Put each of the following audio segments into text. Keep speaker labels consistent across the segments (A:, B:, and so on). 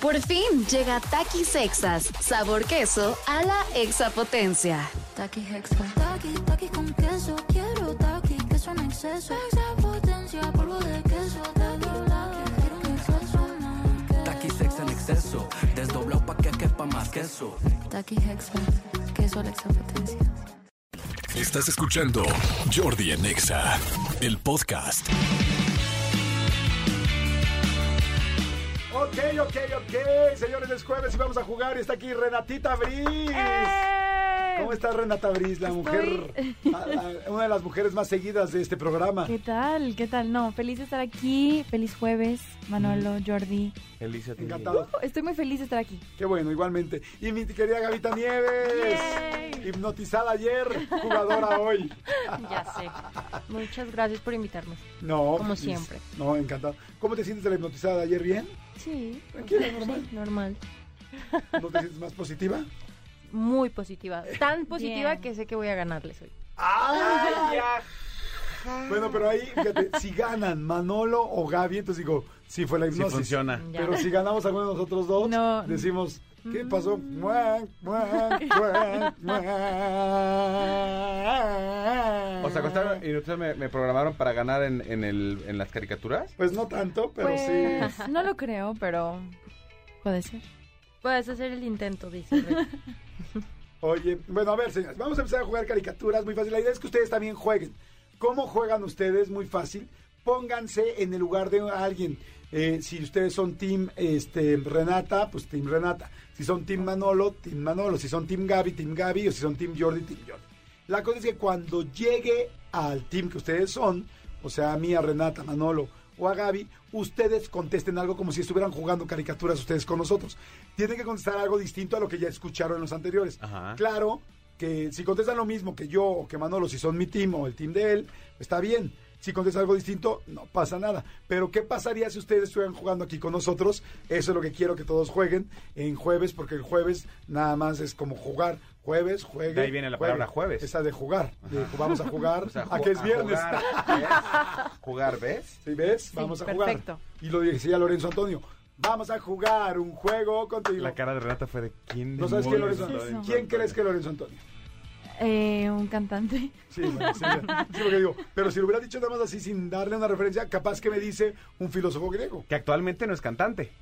A: Por fin llega Taqui Sexas, sabor queso a la exapotencia.
B: Taqui Hexa. Taqui, taqui con queso. Quiero taqui, queso en exceso. Extra potencia, polvo de queso. Taqui, taqui, quiero un exceso más.
C: Taqui sex en exceso, desdoblado pa' que quepa más queso.
B: Taqui Hexa. Queso a la extra potencia.
D: Estás escuchando Jordi en EXA, el podcast.
E: Ok, ok, ok. Señores, es jueves y vamos a jugar. Y está aquí Renatita Briz.
F: ¡Eh!
E: ¿Cómo estás, Renata Briz? La mujer, a- a- una de las mujeres más seguidas de este programa.
G: ¿Qué tal? ¿Qué tal? No, feliz de estar aquí. Feliz jueves, Manolo,
F: Mm.
G: Jordi.
H: Felicia te
E: Encantado.
G: Estoy muy feliz de estar aquí.
E: Qué bueno, igualmente. Y mi querida Gavita Nieves. Hipnotizada ayer, jugadora hoy.
F: Ya sé. Muchas gracias por invitarme.
E: No.
F: Como
E: pues,
F: siempre.
E: No, encantado. ¿Cómo te sientes de la hipnotizada de ayer? ¿Bien?
F: Sí.
E: Tranquila, normal.
F: Normal.
E: ¿No te sientes más positiva?
F: Muy positiva. Tan positiva
G: Bien.
F: que sé que voy a ganarles hoy.
E: ¡Ay,
F: Ah.
E: ajá! Bueno, pero ahí, fíjate, si ganan Manolo o Gaby, entonces digo, sí fue la
H: Si
E: hipnosis.
H: funciona.
F: Ya.
E: Pero si ganamos alguno de nosotros dos,
G: No. Mm.
E: decimos, ¿qué pasó? Muac, muac, muac, muac.
H: O sea, costaron- y ustedes me, me programaron para ganar en, en el- en las caricaturas.
E: Pues no tanto, pero
G: Pues,
E: sí.
G: no lo creo, pero puede ser.
F: Puedes hacer el intento, dice. Rey.
E: Oye, bueno, a ver, señores, vamos a empezar a jugar caricaturas, muy fácil. La idea es que ustedes también jueguen. ¿Cómo juegan ustedes? Muy fácil. Pónganse en el lugar de alguien. Eh, si ustedes son team este, Renata, pues team Renata. Si son team Manolo, team Manolo. Si son team Gaby, team Gaby. O si son team Jordi, team Jordi. La cosa es que cuando llegue al team que ustedes son, o sea, a mí, a Renata, a Manolo o a Gaby, ustedes contesten algo como si estuvieran jugando caricaturas ustedes con nosotros. Tienen que contestar algo distinto a lo que ya escucharon en los anteriores.
H: Ajá.
E: Claro que si contestan lo mismo que yo o que Manolo, si son mi team o el team de él, está bien. Si contestan algo distinto, no pasa nada. Pero ¿qué pasaría si ustedes estuvieran jugando aquí con nosotros? Eso es lo que quiero que todos jueguen en jueves, porque el jueves nada más es como jugar. Jueves, juegue.
H: De ahí viene la
E: juegue.
H: palabra jueves.
E: Esa de jugar. de vamos a jugar.
H: O sea,
E: a
H: ju-
E: que es
H: a
E: viernes.
H: Jugar, ¿ves? Jugar, ¿ves?
E: ¿Sí ves? Vamos a jugar.
G: perfecto.
E: Y lo decía Lorenzo Antonio. Vamos a jugar un juego contigo.
H: La cara de Renata fue de quién
E: ¿No sabes quién,
H: demonios
E: Lorenzo
H: estoy
E: Antonio?
G: eso?
E: ¿Quién
H: enfrentando?
E: crees que es Lorenzo Antonio?
G: Eh, un cantante.
E: Sí, bueno, sí, ya. Sí, porque digo, pero si lo hubiera dicho nada más así sin darle una referencia, capaz que me dice un filósofo griego.
H: Que actualmente no es cantante.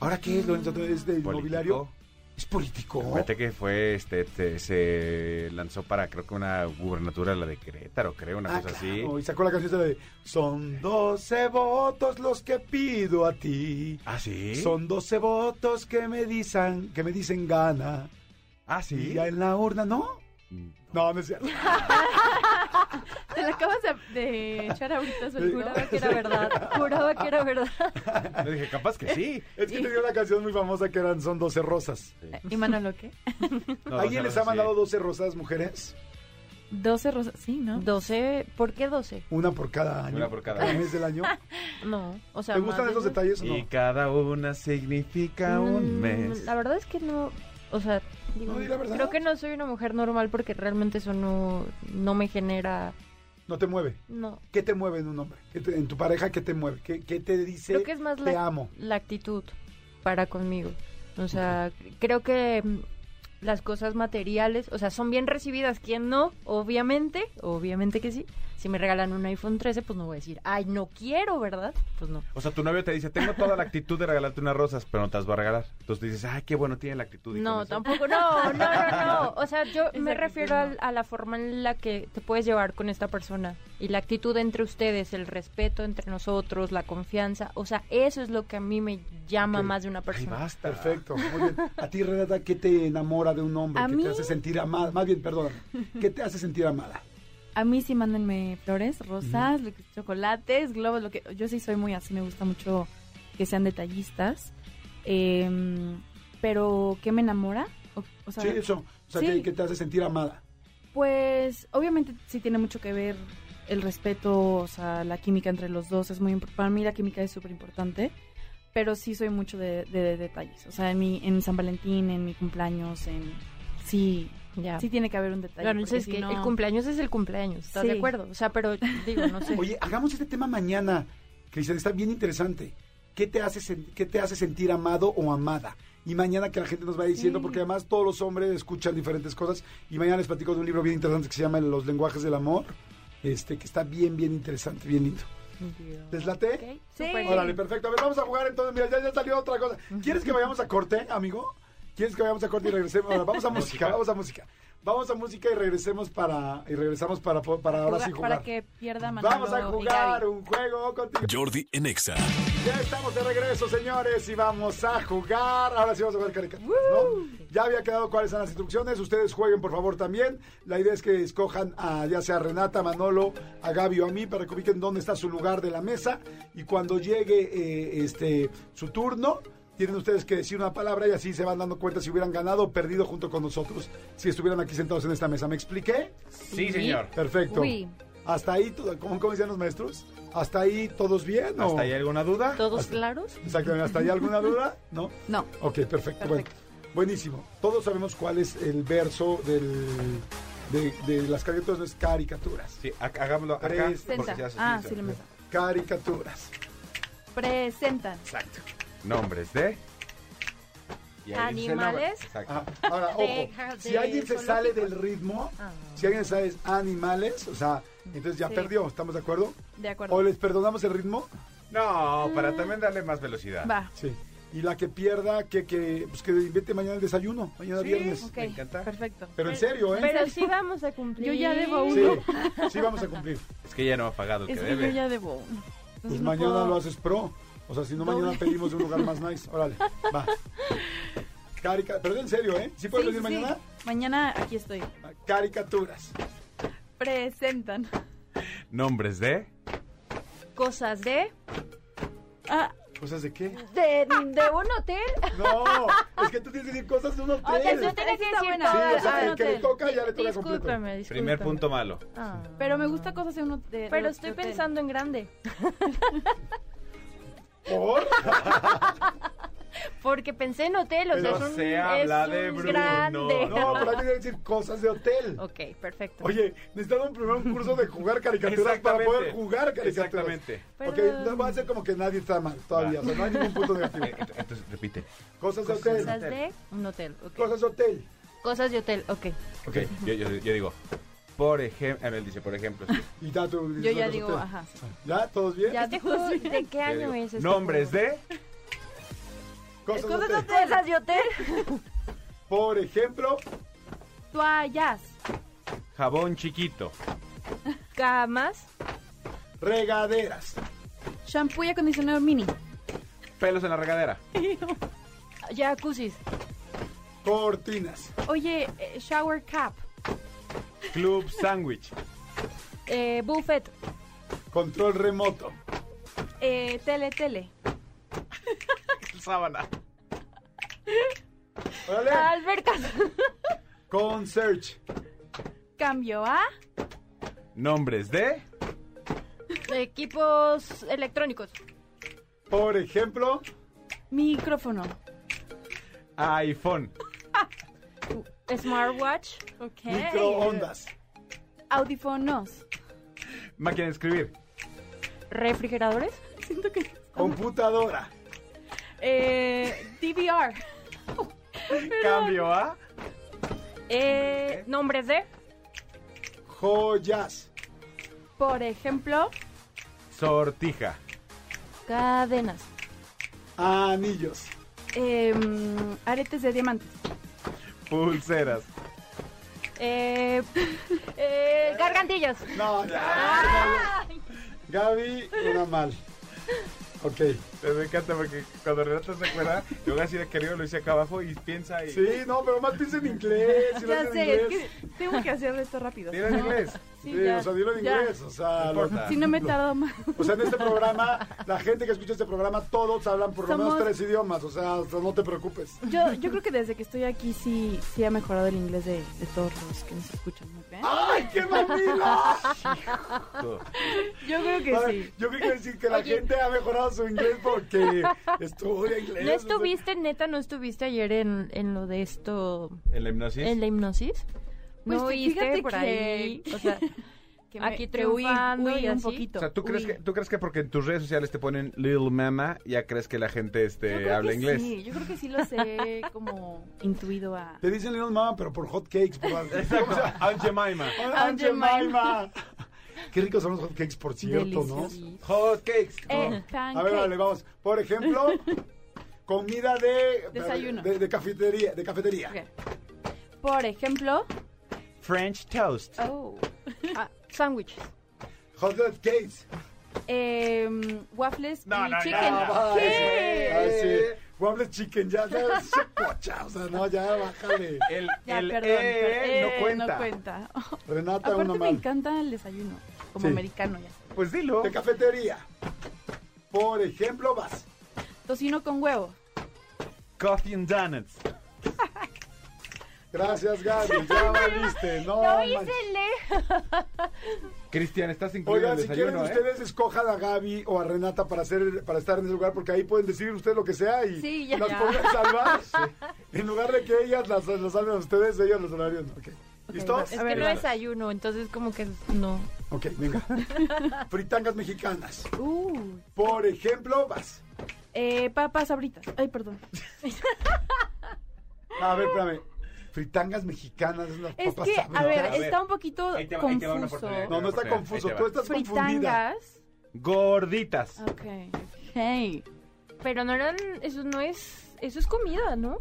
E: ¿Ahora qué es Lorenzo Antonio? ¿Es de
H: Político. Oh.
E: inmobiliario? ¿Es político?
H: Fíjate que fue, este, este, se lanzó para creo que una gubernatura, la de Querétaro, creo, una
E: Ah,
H: cosa
E: claro,
H: así.
E: Y sacó la canción de Son 12 votos los que pido a ti.
H: Ah, sí.
E: Son 12 votos que me dicen, que me dicen gana.
H: Ah,
E: Y
H: sí. Mm.
E: ya en la urna, ¿no? No, no es cierto.
G: Te la acabas de, de echar
E: Sí.
G: ahorita, seguro.
F: Juraba que era verdad. Juraba que era verdad.
H: Yo dije, capaz que sí.
E: Es que tenía una canción muy famosa que eran Son 12 rosas.
G: ¿Y Manolo qué?
H: No,
E: ¿Alguien
H: no
E: les
H: sé,
E: ha mandado
H: sí.
E: 12 rosas, mujeres?
G: 12 rosas. Sí, ¿no?
F: 12. ¿Por qué 12?
E: Una por cada año.
H: Una por cada
E: mes del año.
F: No. O sea,
E: ¿Te
F: más
E: gustan
F: de
E: esos
F: eso.
E: detalles o no?
H: Y cada una significa
F: Mm,
H: un mes.
F: La verdad es que no. O sea, digo,
E: No, di la verdad.
F: creo que no soy una mujer normal porque realmente eso no, no me genera.
E: No te mueve.
F: No.
E: ¿Qué te mueve en un hombre? ¿Qué te- en tu pareja, ¿qué te mueve? ¿Qué, qué te dice?
F: Creo que es más
E: te
F: la,
E: amo.
F: la actitud para conmigo. O sea, creo que mm, las cosas materiales, o sea, son bien recibidas. ¿Quién no? Obviamente, obviamente que sí. Si me regalan un iPhone 13, pues no voy a decir, ay, no quiero, ¿verdad? Pues no.
H: O sea, tu novio te dice, tengo toda la actitud de regalarte unas rosas, pero no te las va a regalar. Entonces dices, ay, qué bueno tiene la actitud. y con
F: No,
H: eso-
F: tampoco, no, no, no, no. O sea, yo me
G: actitud
F: refiero
G: no.
F: al- a, la forma en la que te puedes llevar con esta persona y la actitud entre ustedes, el respeto entre nosotros, la confianza. O sea, eso es lo que a mí me llama
E: Ok.
F: más de una
H: Ay,
F: persona.
H: basta.
E: Perfecto, muy bien. A ti, Renata, ¿qué te enamora de un hombre?
G: A
E: ¿Qué
G: mí-
E: te hace sentir amada? Más bien, perdón. ¿Qué te hace sentir amada?
G: A mí sí mándenme flores, rosas, lo que- chocolates, globos, lo que yo sí soy muy así, me gusta mucho que sean detallistas. Em, pero ¿qué me enamora? O, o sea,
E: Sí, eso. O sea,
G: Sí.
E: ¿qué, qué te hace sentir amada?
G: pues obviamente sí tiene mucho que ver el respeto, o sea, la química entre los dos es muy imp- para mí la química es súper importante, pero sí soy mucho de, de- de detalles, o sea, en mi en San Valentín, en mi cumpleaños, en sí,
F: Ya.
G: sí tiene que haber un detalle.
F: Claro,
G: porque
F: entonces
G: si
F: que
G: no-
F: el cumpleaños es el cumpleaños, ¿estás de
G: Sí.
F: acuerdo? O sea, pero digo, no sé.
E: Oye, hagamos este tema mañana, Cristian, está bien interesante. ¿qué te, hace, sen- ¿qué te hace sentir amado o amada? Y mañana que la gente nos vaya diciendo, porque además todos los hombres escuchan diferentes cosas. Y mañana les platico de un libro bien interesante que se llama Los lenguajes del amor, este que está bien, bien interesante, bien lindo. ¿Les late?
F: Ok,
G: Sí.
F: súper.
E: Órale, perfecto. A ver, vamos a jugar entonces. Mira, ya, ya salió otra cosa. ¿Quieres que vayamos a corte, amigo? ¿Quieres que vayamos a corte y regresemos? Ahora, vamos a música, vamos a música. Vamos a música y regresemos para y regresamos para, po- para ahora
G: Juga-
E: sí
G: Para
E: jugar.
G: que pierda Manolo
E: Vamos a
G: y
E: jugar
G: Gaby.
E: un juego contigo.
D: Jordi en Exa.
E: Ya estamos de regreso, señores, y vamos a jugar. Ahora sí vamos a jugar caricaturas, ¿no? Ya había quedado cuáles son las instrucciones. Ustedes jueguen, por favor, también. La idea es que escojan a ya sea a Renata, a Manolo, a Gaby o a mí para que ubiquen dónde está su lugar de la mesa. Y cuando llegue eh, este su turno, tienen ustedes que decir una palabra y así se van dando cuenta si hubieran ganado o perdido junto con nosotros, si estuvieran aquí sentados en esta mesa. ¿Me expliqué?
H: Sí, señor.
E: Perfecto.
F: Uy.
E: Hasta ahí, todo- ¿cómo, cómo decían los maestros? ¿Hasta ahí todos bien? o-
H: ¿Hasta ahí alguna duda?
F: ¿Todos claros?
E: Exactamente, ¿hasta ahí alguna duda? ¿No?
G: No.
E: Ok, perfecto. Bueno,
G: Perfecto.
E: buenísimo. Todos sabemos cuál es el verso del, de, de las caricaturas, no es caricaturas.
H: Sí, ha- hagámoslo acá.
E: Tres.
H: porque se
G: Presenta.
H: hace
G: Ah,
H: así,
G: sí, lo
H: ¿sabes?
G: mismo.
E: Caricaturas.
G: Presentan.
H: Nombres de... Y ahí dice el nombre.
F: Animales.
H: Exacto.
E: Ah, ahora, ojo,
F: Deja de
E: si alguien se
F: zoológico.
E: sale del ritmo,
F: Ah.
E: si alguien sale de animales, o sea, entonces ya
G: Sí.
E: perdió, ¿estamos de acuerdo?
G: De acuerdo.
E: ¿O les perdonamos el ritmo?
H: No, para también darle más velocidad.
G: Va.
E: Sí. Y la que pierda, que, que, pues que invente mañana el desayuno, mañana
H: Sí,
E: viernes.
G: Ok.
H: Me encanta.
G: Perfecto.
E: Pero en serio, ¿eh?
F: Pero sí vamos a cumplir.
G: Yo ya debo
E: sí,
G: uno.
E: sí vamos a cumplir.
H: Es que ya no ha pagado el
G: Es
H: que
G: que yo
H: debe.
G: ya debo uno.
E: Pues
G: Entonces no
E: mañana
G: puedo-
E: lo haces pro. O sea, si no, mañana pedimos de un lugar más nice. Órale, va. Carica, pero en serio, ¿eh? ¿Sí puedes
G: Sí,
E: venir
G: sí,
E: mañana? Ah,
G: sí. Mañana aquí estoy.
E: Caricaturas.
G: Presentan.
H: Nombres de...
F: Cosas de.
G: Ah,
E: ¿Cosas de qué?
F: De, de un hotel.
E: No, es que tú tienes que decir cosas de un hotel.
F: O sea,
E: sí,
F: yo tenía que
G: Está
F: decir
G: buena.
F: todo
E: o
F: al-
E: sea,
F: al
E: el que le
F: hotel.
E: toca ya le toca completo.
F: Discúlpame, discúlpame.
H: Primer punto malo.
F: Ah.
G: pero me gusta cosas de uno. de-
F: Pero
G: de-
F: estoy
G: de hotel.
F: pensando en grande.
E: ¿Por?
F: Porque pensé en hotel, o sea,
E: Pero
F: es un,
H: se habla
F: es
H: de
F: un
H: Bruno,
F: grande.
E: No, pero hay que decir cosas de hotel.
F: Ok, perfecto.
E: Oye, necesitamos primero un curso de jugar caricaturas para
H: Exactamente.
E: poder jugar caricaturas.
H: Exactamente.
E: Ok, no va a ser como que nadie está mal todavía. O sea, no hay ningún punto negativo.
H: Eh, Entonces, repite.
E: Cosas de
H: Cosas
E: hotel.
F: Cosas de un hotel, ok.
E: Cosas de hotel.
F: Cosas de hotel, ok.
H: Ok, yo, yo- yo digo, por ejemplo, él dice, por ejemplo, sí.
E: Y ya tú dices
G: Yo ya
E: cosas de
G: digo,
E: hotel.
G: ajá. sí.
E: ¿Ya? ¿Todos bien?
F: ¿Este juego de qué
H: Yo
F: año
H: digo,
F: es este
H: nombres
F: juego?
H: de,
E: Cosas de
G: Cosas de
E: hotel.
G: hotel.
F: ¿Cosas de hotel?
E: Por ejemplo,
G: Toallas.
H: jabón chiquito,
F: Camas,
E: regaderas.
G: Shampoo y acondicionador mini.
H: pelos en la regadera,
F: jacuzzis,
E: Cortinas.
G: Oye, eh, shower cap.
H: club sándwich,
F: eh, buffet,
E: Control remoto.
G: Eh, tele, tele.
H: sábana,
G: Ah.
E: ¿Vale?
F: albercas,
E: Con search.
G: Cambio a
H: nombres de,
F: equipos electrónicos,
E: Por ejemplo,
G: micrófono.
H: iPhone,
F: smartwatch,
G: Ok.
E: microondas.
G: Audífonos.
H: máquina de escribir,
F: refrigeradores,
G: Siento que.
E: Computadora.
G: Eh, DVR.
H: cambio a,
F: eh, nombres de
E: Joyas.
G: Por ejemplo,
H: sortija,
F: cadenas,
E: Anillos.
G: em, aretes de diamantes.
H: pulseras,
F: eh, eh, gargantillas.
E: No, ya. Gaby, una mal. Ok.
H: me encanta porque cuando Renata se acuerda, yo así de querido lo hice acá abajo y piensa y...
E: Sí, no, pero más piensa en inglés. si lo
G: ya
E: haces
G: sé,
E: en inglés.
G: es que tengo que hacer esto rápido.
H: Dilo en inglés,
G: Sí,
E: Sí,
G: ya,
E: o sea, dilo en
G: ya.
E: inglés. O sea,
H: No
E: lo-
H: importa.
G: Si no me tardo más.
E: O sea, en este programa, la gente que escucha este programa, todos hablan por lo menos
G: Somos-
E: tres idiomas. O sea, o sea, no te preocupes.
G: Yo, yo creo que desde que estoy aquí sí, sí ha mejorado el inglés de, de todos los que nos escuchan. ¿no creen?
E: ¡Ay, qué mamila!
H: todo.
G: Yo creo que
E: Ay,
G: sí.
E: Yo creo que decir que la gente ha mejorado su inglés porque estudia inglés.
F: ¿No estuviste, neta, no estuviste ayer en, en lo de esto,
H: en la hipnosis,
F: en la hipnosis?
G: Pues
F: ¿No
G: sí, fíjate
F: oíste por
G: que-
F: ahí? O sea,
G: que
F: Aquí triunfando
G: huí
F: y
G: un
F: así.
G: poquito.
H: O sea, ¿tú crees, que,
G: huí.
E: eh,
H: ¿tú crees que porque en tus redes sociales te ponen Little Mama, ya crees que la gente
G: Yo
H: este,
G: creo
H: habla
G: que
H: inglés?
G: Sí, yo creo que sí lo sé como intuido a...
E: Te dicen Little Mama, pero por hot cakes. Por las-
H: Exacto. Aunt Jemima.
E: Hola, Aunt
G: Aunt
E: Jemima. Qué ricos son los hot cakes, por cierto, ¿no?
G: Deliciosos.
H: Hot cakes.
G: Eh,
E: A ver, vale,
G: pancake.
E: vamos. Por ejemplo, comida de...
G: Desayuno.
E: De, de cafetería, de cafetería.
G: Ok. Por ejemplo,
H: French toast.
F: Oh. Ah, sándwiches.
E: Hot cakes.
G: em, waffles
H: No,
G: y
H: no,
G: chicken.
H: no,
E: Ah,
G: ¿Qué?
E: sí, ah, sí. Waffle chicken, ya sabes, se pocha, o sea, no, ya, bájale.
H: El,
G: Ya,
H: el
G: perdón.
H: eh,
G: pero- eh,
H: no cuenta.
G: cuenta.
E: Renata, uno
G: Aparte me
E: mal.
G: encanta el desayuno, como
E: Sí.
G: americano ya.
H: Pues dilo.
E: De cafetería. Por ejemplo, vas.
G: Tocino con huevo.
H: Coffee and donuts.
E: Gracias, Gaby, ya valiste. No, manches.
H: Cristian, estás incluido en
E: Oigan,
H: el
E: si quieren
H: desayuno, ¿eh?
E: ustedes escojan a Gaby o a Renata para hacer, para estar en ese lugar, porque ahí pueden decir ustedes lo que sea y
F: Sí, ya.
E: las
F: Ya.
E: pueden salvar. En lugar de que ellas las, las salven a ustedes, ellas las salvarían. Ok. ¿Listo?
G: va.
F: Es
G: A
F: que
G: ver,
F: no
G: va.
F: desayuno, entonces como que no.
E: Ok, venga. Fritangas mexicanas.
G: Uh,
E: Por ejemplo, vas.
G: eh, papas abritas. Ay, perdón.
E: A ver, espérame. Fritangas mexicanas, es las
G: Es
E: papas
G: que,
E: sabritas.
G: a ver,
H: A ver.
G: está un poquito
H: Ahí te va- ahí te va una
G: confuso.
H: oportunidad.
E: No, no está
H: Ahí te va.
E: confuso. Tú estás confundida.
G: Fritangas.
H: Gorditas.
G: Ok. Hey.
F: Pero no eran, eso no es, eso es comida, ¿no?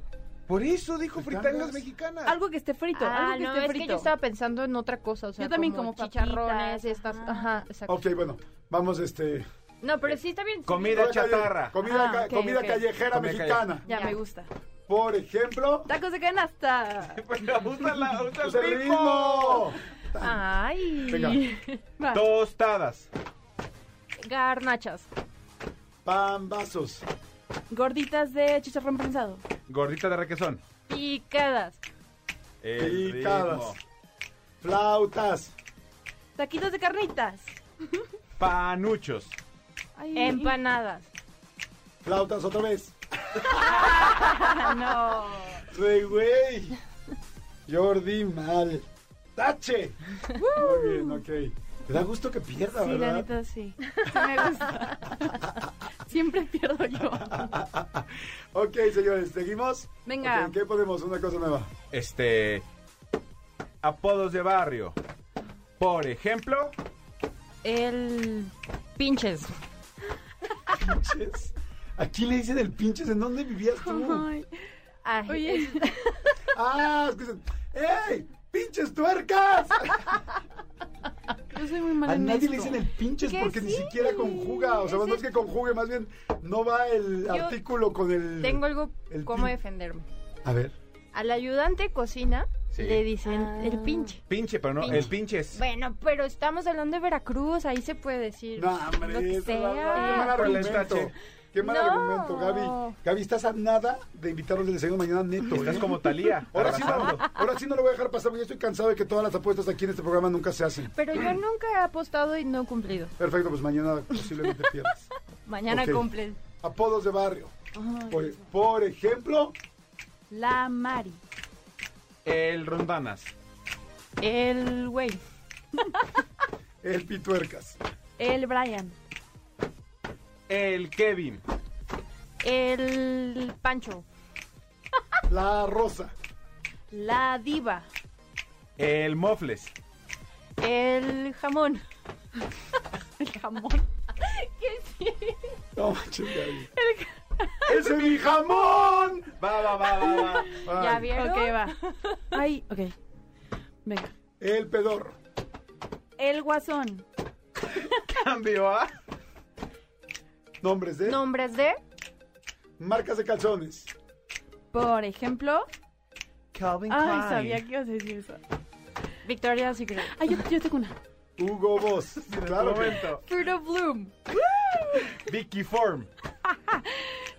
H: Por eso dijo
E: Fritangas.
H: fritangas mexicanas.
G: Algo que esté frito.
F: Ah,
G: algo que
F: no,
G: esté
F: es
G: frito.
F: que yo estaba pensando en otra cosa, o sea,
G: Yo también como
F: chicharrones,
G: papitas,
F: estas,
G: ajá.
F: ajá, exacto.
E: Ok, bueno, vamos este.
F: No, pero sí está bien.
H: Comida
E: comida calle-
H: chatarra.
E: Comida,
G: Ah,
E: ca-
G: ok,
E: comida
G: ok.
E: callejera
H: Comida calle-
E: mexicana.
G: Ya,
F: Ya.
G: me gusta.
E: Por ejemplo,
G: Tacos de canasta.
H: Bueno, usa pues, la- usa
E: pues, el ritmo.
F: Ay.
E: Venga.
G: Va.
H: Tostadas.
F: Garnachas.
E: Pambazos.
G: Gorditas de chicharrón prensado.
H: Gordita de requesón.
F: Picadas.
H: El
E: Picadas.
H: ritmo.
E: Flautas.
G: Taquitos de carnitas.
H: Panuchos.
G: Ay,
F: Empanadas.
E: Flautas otra vez.
G: no.
E: Rey, güey. Jordi, mal. Tache. Muy bien, ok. Te da gusto que pierda,
G: Sí, la
E: ¿verdad?
G: neta sí. Sí me gusta. Siempre pierdo yo.
E: Ok, señores, ¿seguimos?
G: Venga.
E: Ok, ¿Qué ponemos? Una cosa nueva.
H: Este. Apodos de barrio. Por ejemplo,
F: El pinches.
E: Pinches. ¿A quién le dicen el pinches? ¿En dónde vivías tú?
G: Ay,
F: Ay,
G: oye,
E: Ah, es que dicen, ¡Ey! ¡Pinches tuercas!
G: yo soy muy mala
E: A
G: en
E: nadie le
G: esto.
E: dicen el pinches
F: Que
E: porque ni
F: sí.
E: siquiera conjuga. O sea,
F: Ese-
E: no es que conjugue, más bien no va el
F: Yo
E: artículo con el.
F: tengo algo
E: El
F: como
E: pin-
F: defenderme.
E: A ver.
F: Al ayudante cocina
H: Sí.
F: le dicen
G: Ah.
F: el pinche.
H: pinche, pero no,
F: Pinche.
H: el pinche es.
F: Bueno, pero estamos hablando de Veracruz, ahí se puede decir
E: No, hombre,
F: lo que
E: eso va- qué mal
F: sea.
H: Con la
E: argumento.
H: estache.
E: Qué mal
F: No.
E: argumento, Gaby. Gaby, estás a nada de invitarnos al desayuno mañana neto.
H: Estás
E: ¿eh?
H: como Talía.
E: Ahora sí, no, ahora sí no lo voy a dejar pasar porque ya estoy cansado de que todas las apuestas aquí en este programa nunca se hacen.
F: Pero yo nunca he apostado y no he cumplido.
E: Perfecto, pues mañana posiblemente pierdas.
F: Mañana
E: Ok.
F: cumple.
E: Apodos de barrio.
G: Ay,
E: Por, por ejemplo,
G: La Mari.
H: El rondanas.
F: El güey.
E: el pituercas.
G: El Brian.
H: El Kevin.
F: El pancho.
E: La rosa.
G: La Diva.
H: El mofles.
F: El jamón.
G: El jamón.
E: No manches, Gaby. ¡Ese es mi jamón!
H: Va, va, va, va, va.
F: ¿Ya
E: Ay,
F: vieron?
G: Ok, va. Ay, ok. Venga.
E: El pedorro.
G: El Guasón.
H: Cambio A.
E: Nombres de
F: Nombres de
E: marcas de calzones.
G: Por ejemplo.
H: Calvin
G: Ay, sabía que ibas a decir eso.
F: Victoria Secret.
G: Ay, yo, yo tengo una.
E: Hugo Boss. Claro que-
H: momento.
G: Fruit of Bloom.
H: Vicky Form.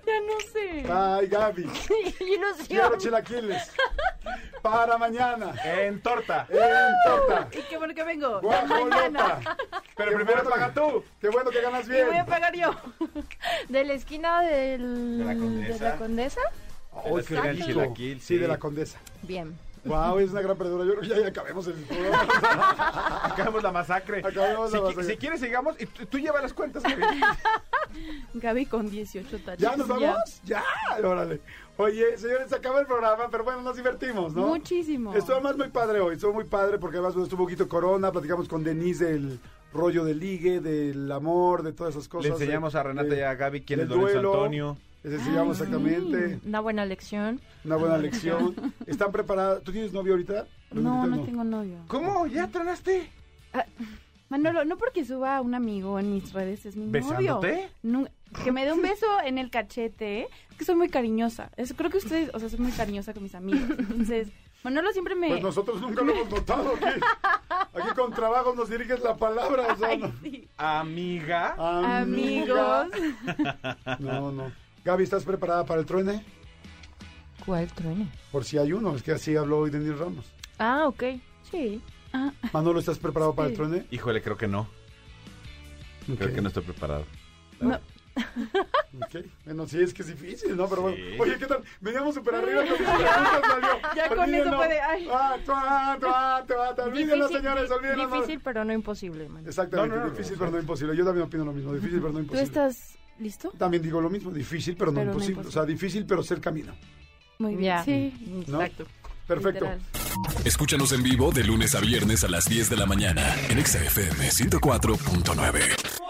G: Ya no sé.
E: Ay, Gaby. Quiero
F: Ilusión.
E: chilaquiles. Para mañana.
H: En torta.
E: En torta.
G: Y qué bueno que vengo.
E: Guajolota.
H: Pero primero paga tú.
E: Qué bueno que ganas
G: Y voy a
E: bien.
G: pagar yo.
F: De la esquina del...
H: De la Condesa.
F: de la Condesa.
E: Ay, qué
H: Del
E: rico.
H: chilaquil,
E: Sí,
H: sí.
E: de la condesa.
F: Bien.
E: Wow, es una gran perdedora. Yo creo que ya, ya acabemos el programa.
H: Acabamos la masacre.
E: Acabemos
H: si,
E: la masacre.
H: si quieres, sigamos. Y tú, tú lleva las cuentas. Kevin.
G: Gaby con 18 tachas.
E: ¿Ya nos vamos? Ya, órale. Oye, señores, se acaba el programa, pero bueno, nos divertimos, ¿no?
G: Muchísimo.
E: Estuvo además muy padre hoy, estuvo muy padre porque además bueno, estuvo poquito Corona, platicamos con Denise del rollo del ligue, del amor, de todas esas cosas.
H: Le enseñamos
E: de-
H: a Renata
E: de-
H: y a Gaby quién es
E: del
H: Lorenzo
E: duelo.
H: Antonio.
E: Les enseñamos exactamente,
G: Mm.
F: Una buena lección.
E: una buena lección. ¿Están preparadas? ¿Tú tienes novio ahorita?
G: No,
E: Lupita,
G: no tengo novio.
H: ¿Cómo? ¿Ya tronaste?
G: Manolo, no porque suba a un amigo en mis redes es mi novio.
H: ¿Besándote?
G: Nu- que me dé un beso en el cachete. ¿eh? Es que soy muy cariñosa. Es- creo que ustedes, o sea, soy muy cariñosa con mis amigos. Entonces, Manolo siempre me.
E: Pues nosotros nunca lo hemos notado aquí. Aquí con trabajo nos diriges la palabra, o sea,
G: Ay,
E: no.
G: sí.
E: Ah,
H: Amiga.
E: Amiga.
G: Amigos.
E: No,
H: Ah.
E: no. Gaby, ¿estás preparada para el truene?
F: ¿Cuál truene?
E: Por si hay uno, es que así habló hoy Denis Ramos.
F: Ah, ok. Sí.
G: Ah,
E: Manolo, ¿estás preparado para el
G: Sí.
E: truene?
H: Híjole, creo que no. Creo
E: Ok.
H: que no estoy preparado.
G: no,
E: Ok. Bueno, sí, es que es difícil, ¿no? Pero
H: Sí.
E: bueno. Oye, ¿qué tal? Veníamos súper arriba con mis preguntas, valió.
G: Ya con
E: Olvídenlo.
G: eso puede- ay.
E: Ah, tuá, tuá, tuá, tuá. Olvídenlo, señores,
F: di-
E: olvídenlo. no.
F: Difícil, pero no imposible, man.
E: Exactamente,
H: No, no, no,
E: difícil
H: no.
E: pero no imposible. Yo también opino lo mismo, difícil pero no
G: ¿Tú
E: imposible.
G: estás listo?
E: También digo lo mismo, difícil pero no
G: Pero no
E: imposible. O sea, difícil pero ser camino.
G: Muy bien.
F: Ya.
G: Sí.
E: ¿no? Perfecto.
G: literal.
D: Escúchanos en vivo de lunes a viernes a las 10 de la mañana en Exa FM 104.9.